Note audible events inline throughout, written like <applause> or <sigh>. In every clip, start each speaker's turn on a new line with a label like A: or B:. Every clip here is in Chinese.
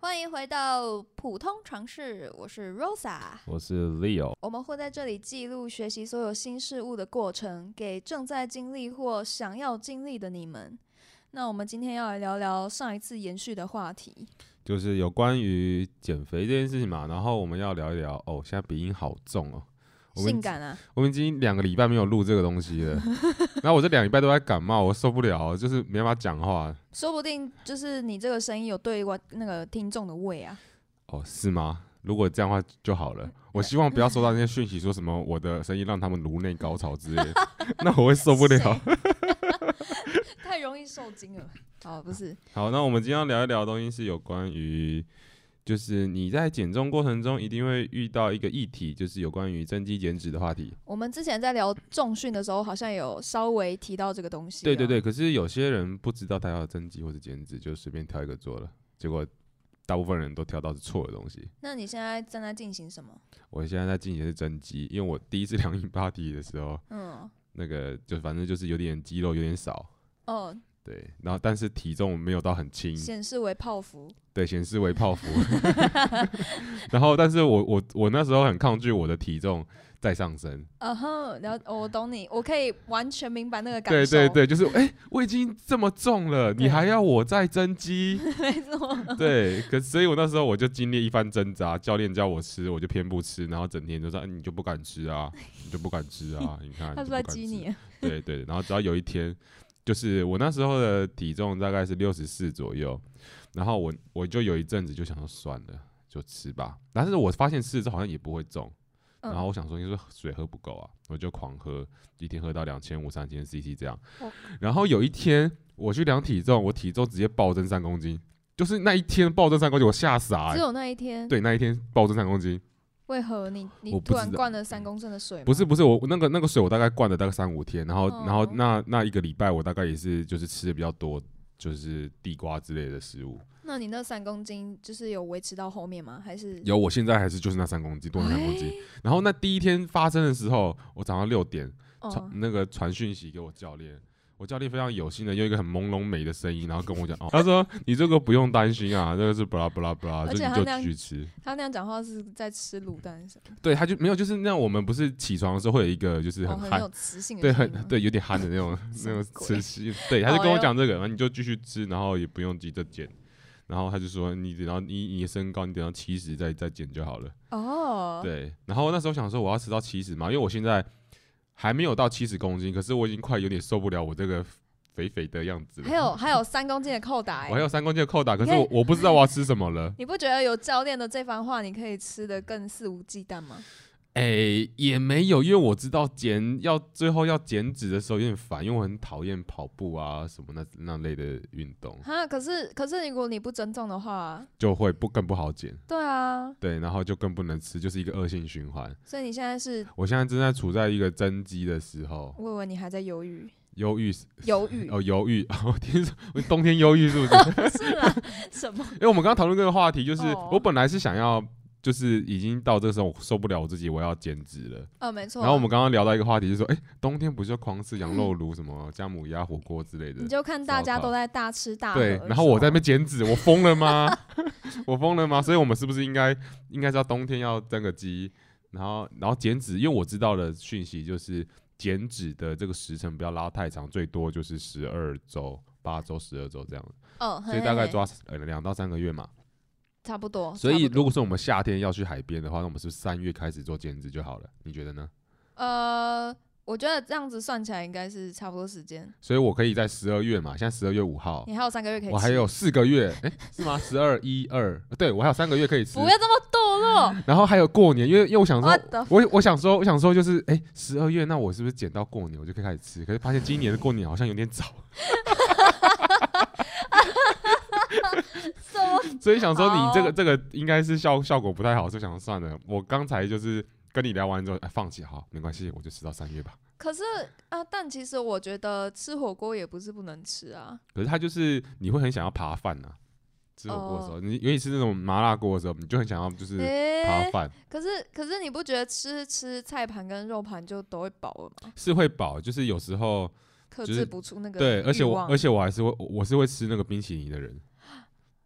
A: 欢迎回到普通常识，我是 Rosa，
B: 我是 Leo，
A: 我们会在这里记录学习所有新事物的过程，给正在经历或想要经历的你们。那我们今天要来聊聊上一次延续的话题，
B: 就是有关于减肥这件事情嘛。然后我们要聊一聊哦，现在鼻音好重哦，我们
A: 性感啊，
B: 我们已经两个礼拜没有录这个东西了。然后我这两个礼拜都在感冒，我受不了，哦就是没办法讲话。
A: 说不定就是你这个声音有对过那个听众的胃啊。
B: 哦，是吗？如果这样的话就好了。我希望不要收到那些讯息，说什么我的声音让他们颅内高潮之类的，那我会受不了。
A: 谁， <laughs> 太容易受惊了。哦，不是，
B: 好，那我们今天要聊一聊的东西是有关于，就是你在减重过程中一定会遇到一个议题，就是有关于增肌减脂的话题。
A: 我们之前在聊重训的时候，好像有稍微提到这个东西。啊
B: 对对对，，可是有些人不知道他要增肌或者减脂，就随便挑一个做了，结果大部分人都挑到是错的东西。
A: 那你现在正在进行什么？
B: 我现在在进行的是增肌，因为我第一次量 InBody 的时候，
A: 嗯，
B: 那个就反正就是有点肌肉有点少，
A: 哦，
B: 对，然后但是体重没有到很轻，
A: 显示为泡芙。
B: <laughs> 对，显示为泡芙。 <laughs> 然后，但是我我我那时候很抗拒我的体重再上升，
A: 嗯哼，然后、哦我懂你，我可以完全明白那个感
B: 对
A: 受。
B: 对对，就是哎、我已经这么重了，你
A: 对
B: 还要我再增肌？
A: 对，没错。
B: <laughs> 对，可所以，我那时候我就经历一番挣扎。教练叫我吃，我就偏不吃，然后整天就说：“哎你就不敢吃啊，你就不敢吃啊，你
A: <laughs>
B: 看。”
A: 他是
B: 就
A: 在
B: 不敢
A: 激
B: 吃
A: 你。啊
B: 对对，然后直到有一天，就是我那时候的体重大概是六十四左右，然后我我就有一阵子就想说算了，就吃吧。但是我发现吃了之后好像也不会重，
A: 嗯
B: 然后我想说，因为水喝不够啊，我就狂喝，一天喝到两千五、三千 CC 这样
A: 哇。
B: 然后有一天我去量体重，我体重直接暴增三公斤，就是那一天暴增三公斤，我吓傻、
A: 只
B: 欸。
A: 有那一天，
B: 对，那一天暴增三公斤，
A: 为何你你
B: 我不
A: 突然
B: 知道嗯
A: 灌了三公升的水吗？
B: 不是不是，我那个那个水我大概灌了大概三五天，然后、然后
A: 哦
B: 那那一个礼拜我大概也是就是吃的比较多，就是地瓜之类的食物。
A: 那你那三公斤就是有维持到后面吗？还是
B: 有，我现在还是就是那三公斤，多那三公斤
A: 哎。
B: 然后那第一天发生的时候，我早上六点传、
A: 哦，
B: 那个传讯息给我教练。我教练非常有心的，用一个很朦胧美的声音，然后跟
A: <laughs>
B: 我讲，哦，他说你这个不用担心啊，这个是布拉布拉布拉，
A: 而
B: 就
A: 且
B: 你
A: 他
B: 就
A: 那样
B: 继续吃。
A: 他那样讲话是在吃卤蛋什么？
B: 对，他就没有，就是那我们不是起床的时候会有一个就是
A: 哦，
B: 很嗨
A: 很有磁性的
B: 对，
A: 声音
B: 很
A: 吗
B: 对，有点憨的那种
A: <laughs> 什
B: 那
A: 么
B: 种
A: 鬼
B: 吃西，对，他就
A: 好
B: 跟我
A: 哟
B: 讲这个，然后你就继续吃，然后也不用急着减，然后他就说你等到你你的身高，你等到七十再再减就好了，
A: 哦，
B: 对。然后那时候想说我要吃到七十嘛，因为我现在还没有到七十公斤，可是我已经快有点受不了我这个肥肥的样子
A: 还
B: 了。
A: 有还有三公斤的扣打、
B: <laughs> 我
A: 欸，
B: 还有三公斤的扣打，可
A: 你
B: 是
A: 可以
B: 我我不知道我要吃什么 <laughs> 了。
A: 你不觉得有教练的这番话，你可以吃的更肆无忌惮吗？
B: 哎、也没有，因为我知道减要最后要减脂的时候有点烦，因为我很讨厌跑步啊什么那那类的运动，
A: 哈，可是可是如果你不尊重的话，
B: 就会不更不好减。
A: 对啊，
B: 对，然后就更不能吃，就是一个恶性循环。
A: 所以你现在是，
B: 我现在正在处在一个增肌的时候，
A: 我以为你还在犹
B: <laughs>
A: 豫，
B: 忧郁是
A: 犹豫、
B: 哦，忧郁， <laughs> 我听说我冬天忧郁 <laughs> 是不是？
A: 不是啦， <laughs> 什么？
B: 因为我们刚刚讨论这个话题，就是
A: 哦
B: 我本来是想要，就是已经到这个时候，我受不了我自己，我要减脂了。
A: 哦，没错。
B: 然后我们刚刚聊到一个话题，就是说，哎，冬天不是就狂吃羊肉炉、什么姜母鸭、火锅之类
A: 你
B: 的？
A: 就看大家都在大吃大喝的
B: 对
A: 时候，，
B: 然后我在那边减脂，我疯
A: <laughs>
B: 了吗？我疯了吗？所以我们是不是应该应该知道冬天要增个肌，然后然后减脂？因为我知道的讯息就是减脂的这个时辰不要拉太长，最多就是十二周、八周、十二周这样，
A: 哦，
B: 所以
A: 嘿
B: 大概
A: 嘿
B: 抓呃两到三个月嘛。
A: 差不多。
B: 所以
A: 差不多
B: 如果说我们夏天要去海边的话，那我们是不是三月开始做减脂就好了？你觉得呢？
A: 呃，我觉得这样子算起来应该是差不多时间。
B: 所以我可以在十二月嘛，现在十二月五号。
A: 你还有三个月可以吃，
B: 哦我还有四个月，哎、是吗？十二一二，呃对我还有三个月可以吃。
A: 不要这么堕
B: <laughs>
A: 落。
B: 然后还有过年，因为因为我想说
A: What the，
B: 我我想说，我想说就是，哎、十二月那我是不是减到过年我就可以开始吃？可是发现今年的过年好像有点早，
A: <laughs> 什么？哦
B: 所以想说
A: 好
B: 你这个这个应该是效效果不太好，就想说算了。我刚才就是跟你聊完之后，哎、放弃好，没关系，我就吃到三月吧。
A: 可是啊，但其实我觉得吃火锅也不是不能吃啊。
B: 可是他就是你会很想要扒饭啊呐、吃火锅的时候，你尤其是那种麻辣锅的时候，你就很想要就是扒
A: 诶、
B: 饭，
A: 可是可是你不觉得吃吃菜盘跟肉盘就都会饱了吗？
B: 是会饱，就是有时候
A: 克
B: 就
A: 制
B: 是
A: 不住那个
B: 对，而且
A: 欲
B: 我
A: 望
B: 而且我还是会我我是会吃那个冰淇淋的人，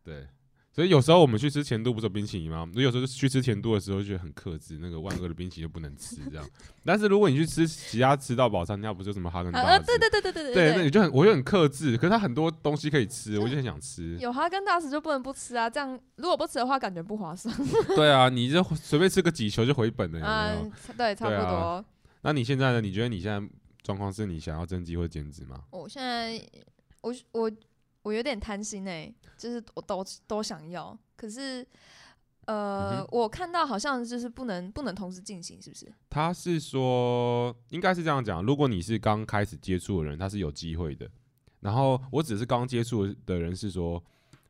B: 对。所以有时候我们去吃甜度不是有冰淇淋吗？有时候去吃甜度的时候就觉得很克制，那个万恶的冰淇淋就不能吃这样。但是如果你去吃其他吃到饱餐，那不就什么哈根达
A: 啊，
B: 斯？
A: 对对对对对对
B: 对，那你就很我就很克制，可是它很多东西可以吃，我就很想吃。
A: 有哈根达斯就不能不吃啊，这样如果不吃的话，感觉不划算。
B: 对啊，你就随便吃个几球就回本了，有没有？
A: 嗯，对，差不
B: 对啊
A: 多。
B: 那你现在呢？你觉得你现在状况是你想要增肌或减脂吗？
A: 我现在我我我有点贪心哎、就是我都都想要，可是呃，
B: 嗯哼
A: 我看到好像就是不能不能同时进行，是不是？
B: 他是说，应该是这样讲，如果你是刚开始接触的人，他是有机会的。然后我只是刚接触的人是说，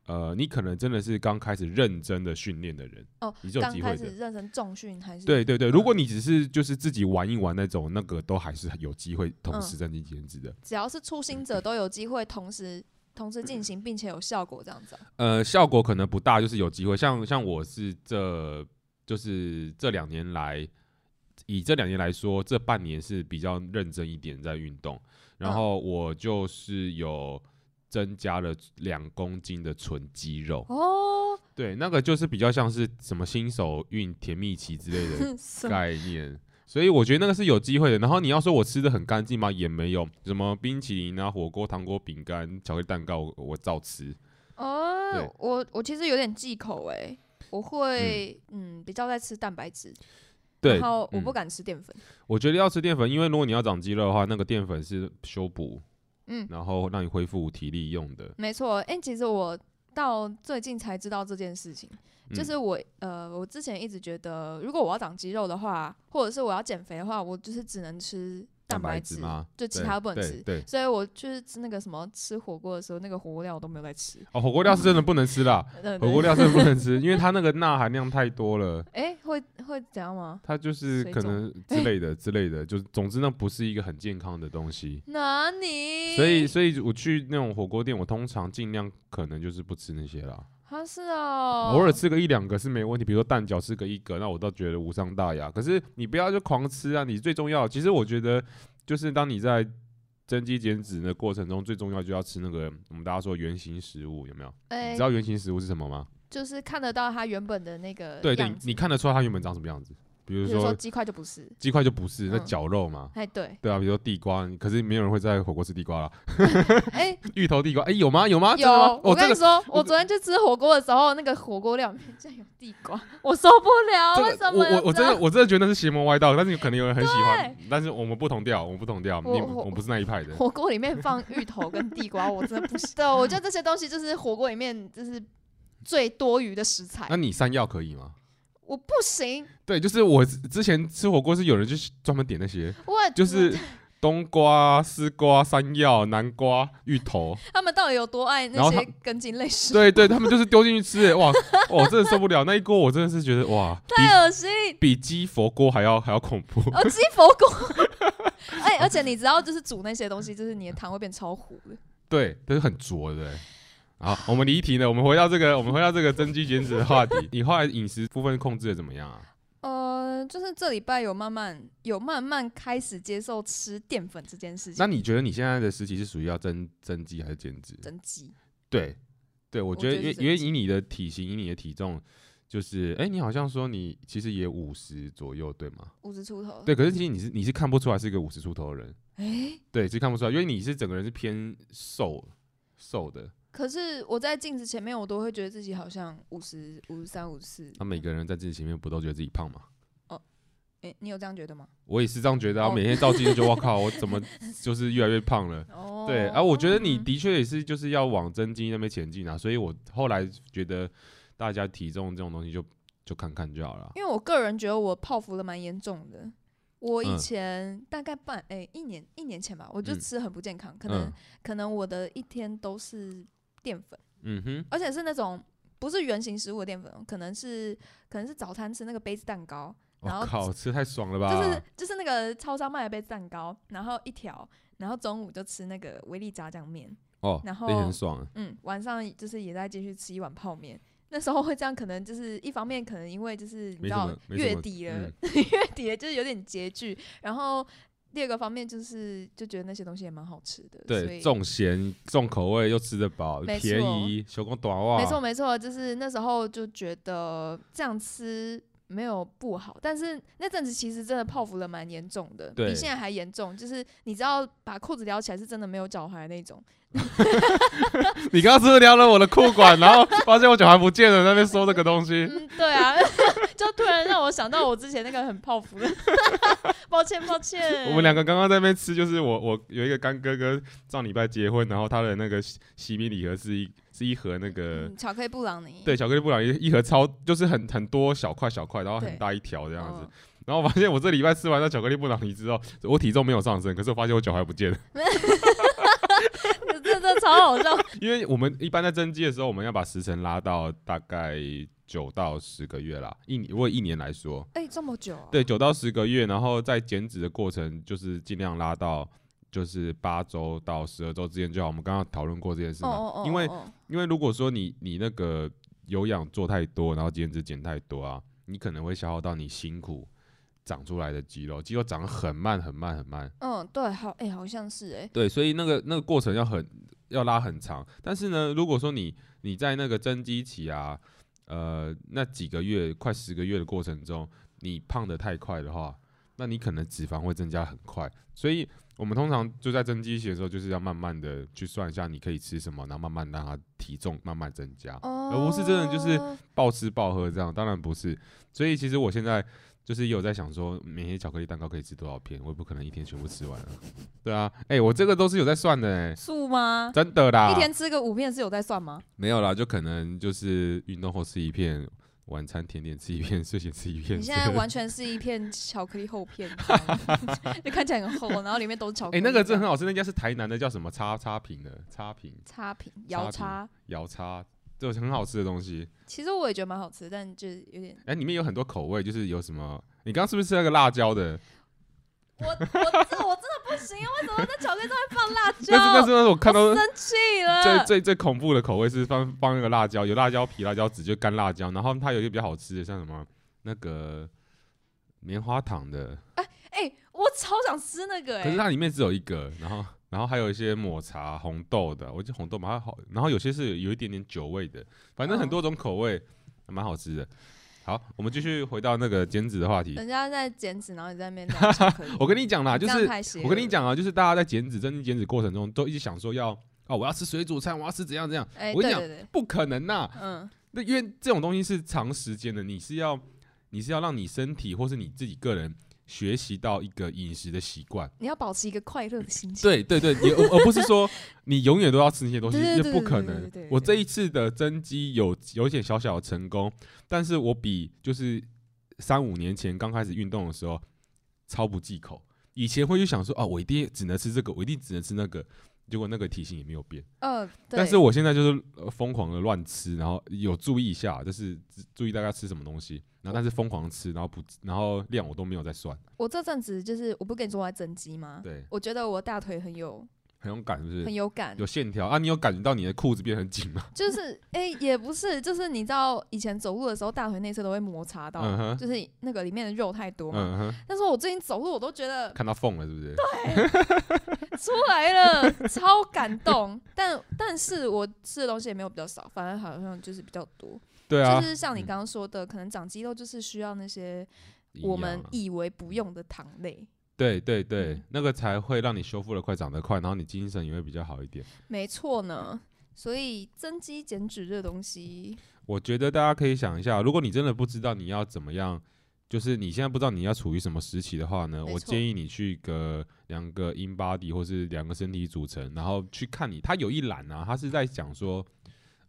B: 呃，你可能真的是刚开始认真的训练的人，
A: 哦，
B: 你是有
A: 刚
B: 机
A: 开
B: 会
A: 始
B: 的。
A: 认真重训还是？
B: 对对对，
A: 嗯
B: 如果你只是就是自己玩一玩那种，那个都还是有机会同
A: 嗯
B: 时增肌减脂的。
A: 只要是初心者都有机会同时同时进行，并且有效果这样子啊、
B: 呃，效果可能不大，就是有机会。像像我是这就是这两年来，以这两年来说，这半年是比较认真一点在运动，然
A: 嗯
B: 后我就是有增加了两公斤的纯肌肉，
A: 哦，
B: 对，那个就是比较像是什么新手运甜蜜期之类的
A: <laughs> 什么？
B: 概念。所以我觉得那个是有机会的。然后你要说我吃的很干净吗？也没有，什么冰淇淋啊、火锅、糖果、饼干、巧克力蛋糕，我我照吃。对
A: 哦，我我其实有点忌口哎、我会嗯比较在吃蛋白质，
B: 对
A: 然，后我不
B: 嗯
A: 敢吃淀粉。
B: 我觉得要吃淀粉，因为如果你要长肌肉的话，那个淀粉是修补，
A: 嗯
B: 然后让你恢复体力用的。
A: 没错，哎、其实我到最近才知道这件事情，就
B: 嗯
A: 是我呃，我之前一直觉得，如果我要长肌肉的话，或者是我要减肥的话，我就是只能吃蛋
B: 蛋
A: 白
B: 白
A: 质
B: 质吗？
A: 就其
B: 对
A: 他不能
B: 对
A: 吃。
B: 对，
A: 所以我就是吃那个什么吃火锅的时候，那个火锅料我都没有在
B: <laughs>
A: 吃。
B: 哦，火锅料是真的不能吃啦，
A: 对
B: 火锅料真的不能吃，因为它那个钠含量太多了，
A: 哎、会会怎样吗？
B: 它就是
A: 水
B: 可能之
A: <laughs>
B: 类的之类的，就是总之那不是一个很健康的东西。
A: 哪里？
B: 所以，所以我去那种火锅店，我通常尽量可能就是不吃那些啦，
A: 它是哦，
B: 偶尔吃个一两个是没问题，比如说蛋饺吃个一个，那我倒觉得无伤大雅。可是你不要就狂吃啊！你最重要，其实我觉得就是当你在增肌减脂的过程中，最重要就要吃那个我们大家说原型食物，有没有？你
A: 哎、
B: 知道原型食物是什么吗？
A: 就是看得到它原本的那个
B: 对对
A: 样，子
B: 你看得出来它原本长什么样子。比
A: 比
B: 如
A: 如说
B: 说
A: 鸡块就不是，
B: 鸡块就不是，那
A: 嗯
B: 绞肉嘛。
A: 哎
B: <laughs>
A: 对，
B: 对啊，比如说地瓜，可是没有人会在火锅吃地瓜啦。
A: 哎、
B: 芋头地瓜，哎，有吗？有吗？真
A: 有，
B: 的吗？
A: 我
B: 哦，这
A: 跟你
B: 个
A: 说，
B: 我
A: 我昨天去吃火锅的时候，那个火锅料里面竟然有地
B: <laughs>
A: 瓜，我受不了，啊为
B: 这
A: 什
B: 个，
A: 么
B: 我
A: 要这样？
B: 我我真的我真的觉得那是邪魔歪道，但是可能有人很喜欢
A: 对，
B: 但是我们不同调，我们不同调，你
A: 我我
B: 我不是那一派的。
A: 火锅里面放芋头跟地瓜，我真的不
B: <laughs>
A: 行。对，我觉得这些东西就是火锅里面就是最多余的食材
B: 那，你山药可以吗？
A: 我不行。
B: 对，就是我之之前吃火锅是有人就是专门点那些，
A: 我 <laughs>
B: 就是冬瓜、丝瓜、山药、南瓜、芋
A: <laughs>
B: 头，
A: 他们到底有多爱
B: 然
A: 那
B: 后他
A: 些根茎类食？
B: 对对，他们就是丢进去吃、欸，哇哇，真的受不了那一锅，我真的是觉得哇，
A: 太恶心！
B: 比比鸡佛锅还要还要恐怖。 <laughs>
A: 哦，鸡佛锅。 <laughs> 哎、而且你知道，就是煮那些东西，就是你的汤会变超糊的。
B: 对，都是很浊的欸。好，我们离题了，我们回到这个，我们回到这个增肌减脂的话题。你后来饮食部分控制的怎么样啊？
A: 呃，就是这礼拜有慢慢有慢慢开始接受吃淀粉这件事情。
B: 那你觉得你现在的时期是属于要增增肌还是减脂？
A: 增肌，
B: 对，对，我
A: 我
B: 觉得
A: 觉得
B: 因为
A: 是
B: 因为
A: 增
B: 以你的体型，以你的体重，就是哎、你好像说你其实也五十左右，对吗？
A: 五十出头。
B: 对，可是其实你是你是看不出来是一个五十出头的人，
A: 哎，
B: 对，是看不出来，因为你是整个人是偏瘦瘦的。
A: 可是我在镜子前面，我都会觉得自己好像五十五、十三、五四。
B: 那每个人在自己前面不都觉得自己胖吗？
A: 哎，你有这样觉得吗？
B: 我也是这样觉得啊，
A: 哦
B: 每天照镜子就哇靠，我怎么就是越来越胖了？
A: 哦
B: <laughs> 对，啊，我觉得你
A: 嗯
B: 的确也是就是要往增肌那边前进啊，所以我后来觉得大家体重这种东西就就看看就好了啊。
A: 因为我个人觉得我泡芙的蛮严重的。我以
B: 嗯
A: 前大概半哎、一年一年前吧，我就
B: 嗯
A: 吃很不健康，可能、
B: 嗯
A: 可能我的一天都是淀粉，
B: 嗯哼，
A: 而且是那种不是原型食物的淀粉哦，可能是可能是早餐吃那个杯子蛋糕，
B: 我、
A: 然后
B: 靠，吃太爽了吧？
A: 就是就是那个超商卖的杯子蛋糕，然后一条，然后中午就吃那个维力炸酱面，
B: 哦，
A: 然
B: 也
A: 后
B: 很爽啊。
A: 嗯，晚上就是也在继续吃一碗泡面。那时候会这样，可能就是一方面可能因为就是你知
B: 没什
A: 道
B: 么没什
A: 月
B: 么
A: 底了，
B: 嗯
A: 月底了就是有点拮据，然后第二个方面就是就觉得那些东西也蛮好吃的，所
B: 对，
A: 以
B: 重咸重口味又吃得饱，
A: 没
B: 便
A: 错
B: 宜，小工短袜，
A: 没错没错，就是那时候就觉得这样吃没有不好，但是那阵子其实真的泡芙的蛮严重的，
B: 对
A: 比现在还严重。就是你知道把裤子撩起来是真的没有脚踝那种，
B: 你刚刚是不是撩了我的裤管，然后发现我脚踝不见了，在那边收这个东西？
A: 嗯，对啊， <laughs> 就突然让我想到我之前那个很泡芙的， <laughs> 抱歉抱歉，
B: 我们两个刚刚在那边吃，就是我我有一个干哥哥上礼拜结婚，然后他的那个喜喜米礼盒是一是一盒那个、
A: 嗯巧克力布朗尼，
B: 对巧克力布朗尼一盒超就是很很多小块小块，然后
A: 对
B: 很大一条这
A: 这
B: 样子。然后我发现我这礼拜吃完那巧克力布朗尼之后， <laughs> 我体重没有上升，可是我发现我脚踝不见了。
A: 这嗯这这超好笑， <laughs>
B: 因为我们一般在增肌的时候，我们要把时辰拉到大概九到十个月啦，一年如果一年来说，
A: 哎、这么久、啊，
B: 对，九到十个月，然后在减脂的过程就是尽量拉到就是八周到十二周之间就好。我们刚刚讨论过这件事
A: 哦
B: 嘛，
A: 哦哦，
B: 因为
A: 哦哦
B: 因为如果说你你那个有氧做太多，然后减脂减太多啊，你可能会消耗到你辛苦长出来的肌肉，肌肉长得很慢很慢很慢。
A: 嗯，对，好，哎、好像是哎、
B: 对，所以那个那个过程要很要拉很长。但是呢，如果说你你在那个增肌期啊，呃，那几个月快十个月的过程中，你胖得太快的话，那你可能脂肪会增加很快。所以我们通常就在增肌期的时候，就是要慢慢的去算一下你可以吃什么，然后慢慢让它体重慢慢增加。
A: 哦，
B: 而不呃是真的就是暴吃暴喝这样，当然不是。所以其实我现在就是也有在想说，每天巧克力蛋糕可以吃多少片？我也不可能一天全部吃完啊。对啊，哎、我这个都是有在算的、欸，
A: 素吗？
B: 真的啦
A: 一。天吃个五片是有在算吗？
B: 没有啦，就可能就是运动后吃一片，晚餐甜点吃一片，睡前吃一片。
A: 你现
B: <laughs>
A: 在完全是一片巧克力厚片，这样就看起来很厚，然后里面都是巧克
B: 哎、
A: 力。
B: 那个真
A: 这
B: 的很
A: 样
B: 好吃，那家是台南的，叫什么叉叉品的叉品
A: 差评，摇叉。
B: 摇叉，这是很好吃的东西。
A: 其实我也觉得蛮好吃，但就是有点，
B: 哎、里面有很多口味，就是有什么，你刚刚是不是吃那个辣椒的？
A: 我我这我真的不行，啊为什么在巧克力上面放辣椒？
B: 那是那是那是我看到
A: 我生气
B: 最
A: <laughs> 了。
B: 最最恐怖的口味是放放那个辣椒，有辣椒皮、辣椒籽，就干辣椒。然后它有一个比较好吃的，像什么那个棉花糖的，
A: 哎、我超想吃那个哎、
B: 可是它里面只有一个。然后然后还有一些抹茶红豆的，我记得红豆蛮好。然后有些是有一点点酒味的，反正很
A: 哦
B: 多种口味，蛮好吃的。好，我们继续
A: 嗯
B: 回到那个减脂的话题。
A: 人家在减脂，然后你在那边拿巧克力
B: <laughs> 。我跟你讲啦，就
A: 呃这样
B: 是
A: 太邪恶
B: 我跟你
A: 了，
B: 讲啊，就是大家在减脂、增进减脂过程中，都一直想说要啊，我要吃水煮菜，我要吃怎样怎样，
A: 哎、
B: 我
A: 对
B: 跟你讲
A: 对对，
B: 不可能呐、
A: 嗯，
B: 那因为这种东西是长时间的，你是要你是要让你身体或是你自己个人学习到一个饮食的习惯。
A: 你要保持一个快乐的心情。
B: 对对对，也而而不是说 <laughs> 你永远都要吃那些东西，
A: 对对
B: 也
A: 对
B: 不可
A: 对对
B: 能
A: 对对。
B: 我这一次的增肌有有一点小小的成功，但是我比就是三五年前刚开始运动的时候超不忌口。以前会去想说，哦，我一定只能吃这个，我一定只能吃那个，结果那个体型也没有变。
A: 嗯、对。
B: 但是我现在就是呃疯狂的乱吃，然后有注意一下，就是注注意大家吃什么东西，然后但是疯狂吃，然后不，然后量我都没有在算，
A: 我这阵子就是，我不跟你说我在增肌吗？
B: 对，
A: 我觉得我大腿很有
B: 很有感，是不
A: 很
B: 是？
A: 有感，
B: 有线条啊，你有感觉到你的裤子变很紧吗？
A: 就是哎、也不是，就是你知道以前走路的时候，大腿内侧都会摩擦到，
B: 嗯哼
A: 就是那个里面的肉太多嘛。
B: 嗯哼，
A: 但是我呃最近走路，我都觉得
B: 看到缝了，是不是？
A: 出来了，超感动。但但是我吃的东西也没有比较少，反而好像就是比较多。
B: 对啊
A: 就，是像你
B: 嗯
A: 刚刚说的，可能长肌肉就是需要那些
B: 一
A: 我
B: 样
A: 们
B: 啊
A: 以为不用的糖类。
B: 对对对，
A: 嗯
B: 那个才会让你修复的快，长得快，然后你精神也会比较好一点。
A: 没错呢，所以增肌减脂这东西，
B: 我觉得大家可以想一下，如果你真的不知道你要怎么样，就是你现在不知道你要处于什么时期的话呢，
A: 没
B: 我
A: 错
B: 建议你去个两个 in body 或是两个身体组成，然后去看你，它有一栏啊，它是在讲说，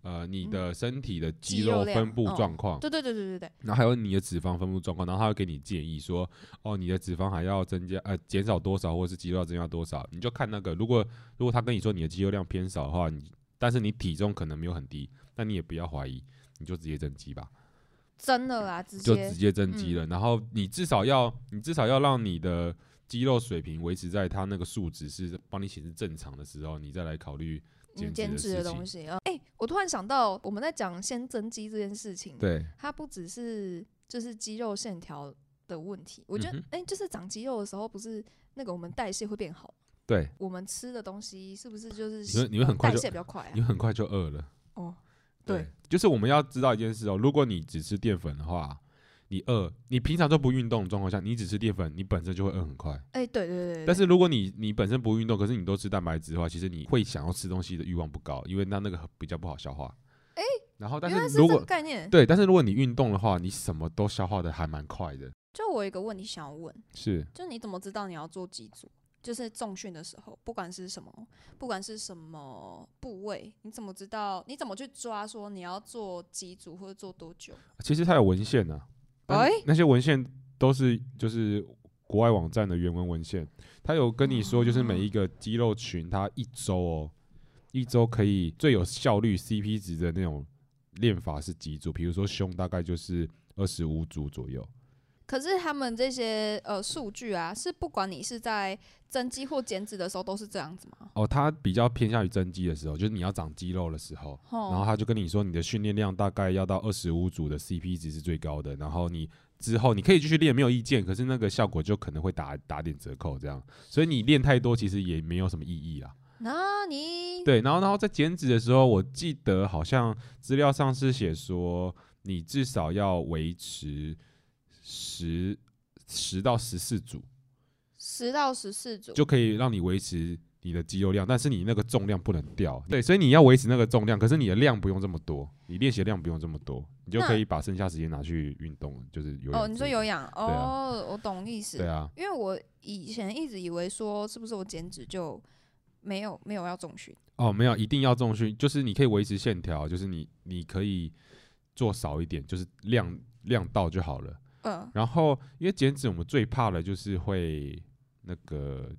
B: 呃，你的身体的肌
A: 嗯肌肉
B: 肉
A: 量
B: 分布
A: 嗯
B: 状况，
A: 对对对对对对。
B: 然后还有你的脂肪分布状况，然后他会给你建议说，哦，你的脂肪还要增加，呃，减少多少，或是肌肉要增加多少，你就看那个。如果如果他跟你说你的肌肉量偏少的话，你但是你体重可能没有很低，那你也不要怀疑，你就直接增肌吧，
A: 真的啦，直
B: 就
A: 接嗯
B: 直接增肌了。然后你至少要，你至少要让你的肌肉水平维持在它那个数值是帮你显示正常的时候，你再来考虑
A: 嗯
B: 减
A: 减
B: 脂
A: 脂
B: 的
A: 的
B: 事
A: 东
B: 情。
A: 西啊。哎、我突然想到，我们在讲先增肌这件事情，
B: 对
A: 它不只是就是肌肉线条的问题。我觉得
B: 嗯哼，
A: 哎、就是长肌肉的时候，不是那个我们代谢会变好，
B: 对，
A: 我们吃的东西是不是就是
B: 你会你会很快
A: 代
B: 就
A: 谢比较快啊
B: 你？很快就饿了。
A: 哦，对，
B: 就是我们要知道一件事哦，如果你只吃淀粉的话，你饿，你平常都不运动的状况下，你只吃淀粉，你本身就会饿很快。
A: 哎、对对对对
B: 但是如果你你本身不运动，可是你都吃蛋白质的话，其实你会想要吃东西的欲望不高，因为那那个比较不好消化。
A: 哎
B: 然后但
A: 对原来
B: 是
A: 是
B: 如
A: 这个
B: 果
A: 概念。
B: 对，但是如果你运动的话，你什么都消化的还蛮快的。
A: 就我有一个问题想要问，
B: 是，
A: 就你怎么知道你要做几组？就是重训的时候，不管是什么，不管是什么部位，你怎么知道？你怎么去抓说你要做几组或者做多久？
B: 其实它有文献呢、啊，
A: 哎
B: 那些文献都是就是国外网站的原文文献，它有跟你说，就是每一个肌肉群，它一周哦，一周可以最有效率 CP 值的那种练法是几组，比如说胸大概就是二十五组左右。
A: 可是他们这些呃数据啊，是不管你是在增肌或减脂的时候都是这样子吗？
B: 哦，它比较偏向于增肌的时候，就是你要长肌肉的时候，然后
A: 哦，
B: 他就跟你说，你的训练量大概要到二十五组的 CP 值是最高的，然后你之后你可以继续练，没有意见，可是那个效果就可能会打打点折扣这样，所以你练太多其实也没有什么意义啦。
A: 那你
B: 对，然后然后在减脂的时候，我记得好像资料上是写说，你至少要维持十十到十四组，
A: 十到十四组，
B: 就可以让你维持你的肌肉量，但是你那个重量不能掉。对，所以你要维持那个重量，可是你的量不用这么多，你练习的量不用这么多，你就
A: 那
B: 可以把剩下时间拿去运动，就是有
A: 哦，你说有氧哦，
B: 对啊
A: 我懂意思。
B: 对啊，
A: 因为我以前一直以为说是不是我减脂就没有没有要重训，
B: 哦，没有，一定要重训，就是你可以维持线条，就是你你可以做少一点，就是量量到就好了。
A: 嗯，
B: 然后因为减脂，我们最怕的就是会那个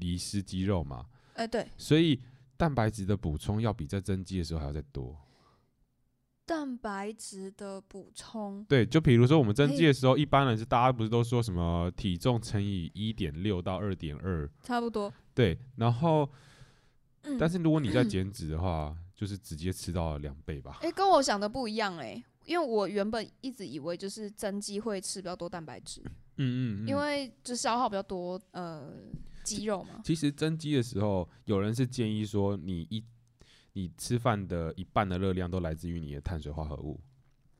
B: 遗失肌肉嘛，
A: 哎、对，
B: 所以蛋白质的补充要比在增肌的时候还要再多。
A: 蛋白质的补充，
B: 对，就比如说我们增
A: 哎
B: 肌的时候，一般人是大家不是都说什么体重乘以一点六到二点二，
A: 差不多。
B: 对，然后
A: 嗯
B: 但是如果你在减脂的话，就是直接吃到两倍吧
A: 哎、。跟我想的不一样哎、因为我原本一直以为就是增肌会吃比较多蛋白质，
B: 嗯嗯嗯，
A: 因为就消耗比较多呃肌肉嘛。
B: 其实增肌的时候，有人是建议说你一。你吃饭的一半的热量都来自于你的碳水化合物，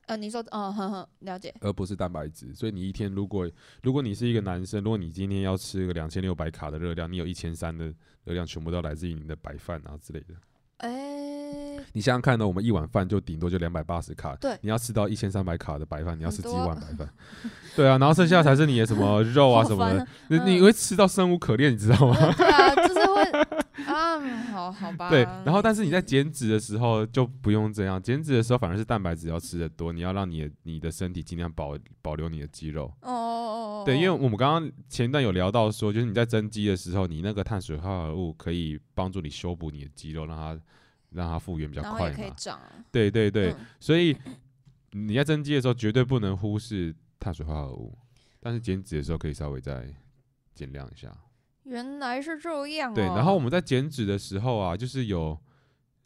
A: 呃，你说，嗯，哼哼，了解。
B: 而不是蛋白质。所以你一天如果如果你是一个男生，如果你今天要吃个两千六百卡的热量，你有一千三的热量全部都来自于你的白饭啊之类的。
A: 哎、
B: 你想想看呢，我们一碗饭就顶多就两百八十卡，
A: 对
B: 你要吃到一千三百卡的白饭，你要吃几
A: 很多
B: 碗白饭？ <laughs> 对啊，然后剩下才是你的什
A: <laughs>
B: 么肉啊
A: 好
B: 什么
A: 烦
B: 的
A: 啊，
B: 你你
A: 嗯
B: 会吃到生无可恋，你知道吗？ <laughs>
A: 嗯对啊，就是会啊，嗯好好吧。
B: 对，然后但是你在
A: 嗯
B: 减脂的时候就不用这样，减脂的时候反而是蛋白质要吃的多，你要让你的你的身体尽量保保留你的肌肉。
A: 哦哦哦，
B: 对，因为
A: 为
B: 我们刚刚前一段有聊到说，就是你在增肌的时候，你那个碳水化合物可以帮助你修补你的肌肉，让它让它复原比较
A: 然后
B: 快
A: 也可以
B: 嘛。
A: 长啊。
B: 对对对，
A: 嗯
B: 所以你在增肌的时候绝对不能忽视碳水化合物，但是减脂的时候可以稍微再减量一下。
A: 原来是这样、哦。
B: 对，然后我们在减脂的时候啊，就是有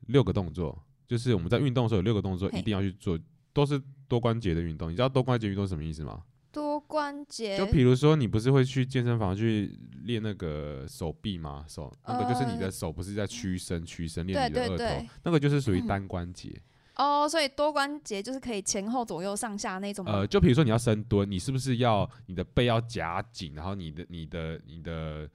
B: 六个动作，就是我们在运动的时候有六个动作
A: 嘿
B: 一定要去做，都是多关节的运动。你知道多关节运动是什么意思吗？
A: 多关节
B: 就比如说你不是会去健身房去练那个手臂吗？手那个就是你的
A: 呃
B: 手不是在屈伸屈伸练
A: 对
B: 你的
A: 对
B: 二头
A: 对，
B: 那个就是属于
A: 嗯
B: 单关节。
A: 哦，所以多关节就是可以前后左右上下那种吗。
B: 呃，就比如说你要深蹲，你是不是要你的背要夹紧，然后你的你的你的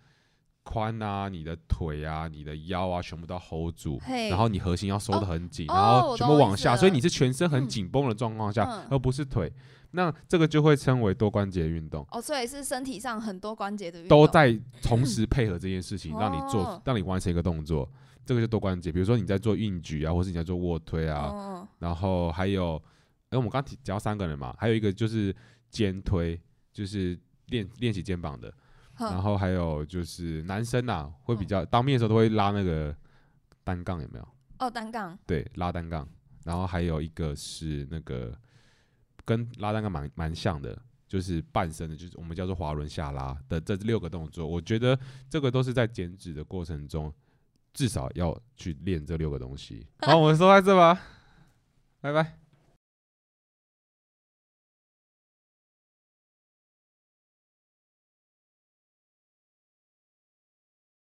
B: 髋啊、你的腿啊、你的腰啊，全部都要 hold 住，
A: 嘿，
B: 然后你核心要收的很紧，
A: 哦
B: 然后全部往
A: 我懂我意
B: 下，
A: 思
B: 所以你是全身很
A: 嗯
B: 紧绷的状况下，
A: 嗯
B: 而不是腿。那这个就会称为多关节运动。
A: 哦，所以是身体上很多关节的运
B: 都
A: 动
B: 在
A: <clears throat>
B: 同时配合这件事情，让你做
A: 哦，
B: 让你完成一个动作。这个就多关节，比如说你在做硬举啊，或是你在做卧推啊，
A: 哦
B: 然后还有，哎、我们刚提讲到三个人嘛，还有一个就是肩推，就是练练习肩膀的，
A: 哼
B: 然后还有就是男生啊，会比较当面的时候都会拉那个单杠，有没有？
A: 哦，单杠
B: 对，拉单杠，然后还有一个是那个跟拉单杠蛮蛮像的，就是半身的，就是我们叫做滑轮下拉的这六个动作，我觉得这个都是在减脂的过程中至少要去练这六个东西。好，我们说到这吧，拜拜。